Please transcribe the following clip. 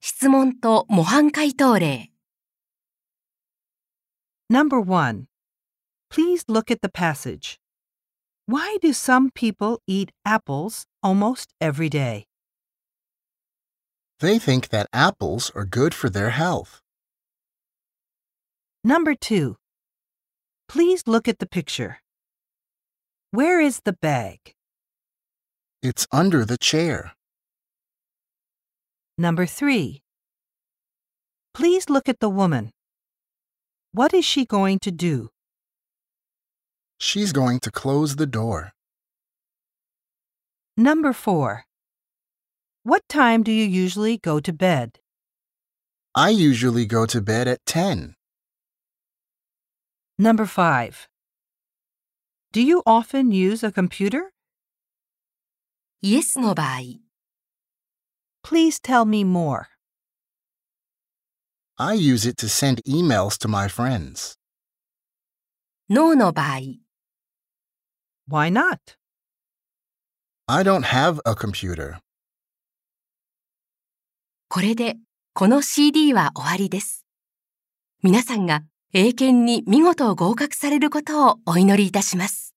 質問と模範解答例 Number 1. Please look at the passage. Why do some people eat apples almost every day? They think that apples are good for their health. Number 2. Please look at the picture. Where is the bag? It's under the chair. Number 3. Please look at the woman. What is she going to do? She's going to close the door. Number 4. What time do you usually go to bed? I usually go to bed at 10. Number 5. Do you often use a computer? イエスの場合 Please tell me more. I use it to send emails to my friends ノーの場合 Why not? I don't have a computer. これでこの CD は終わりです皆さんが英検に見事合格されることをお祈りいたします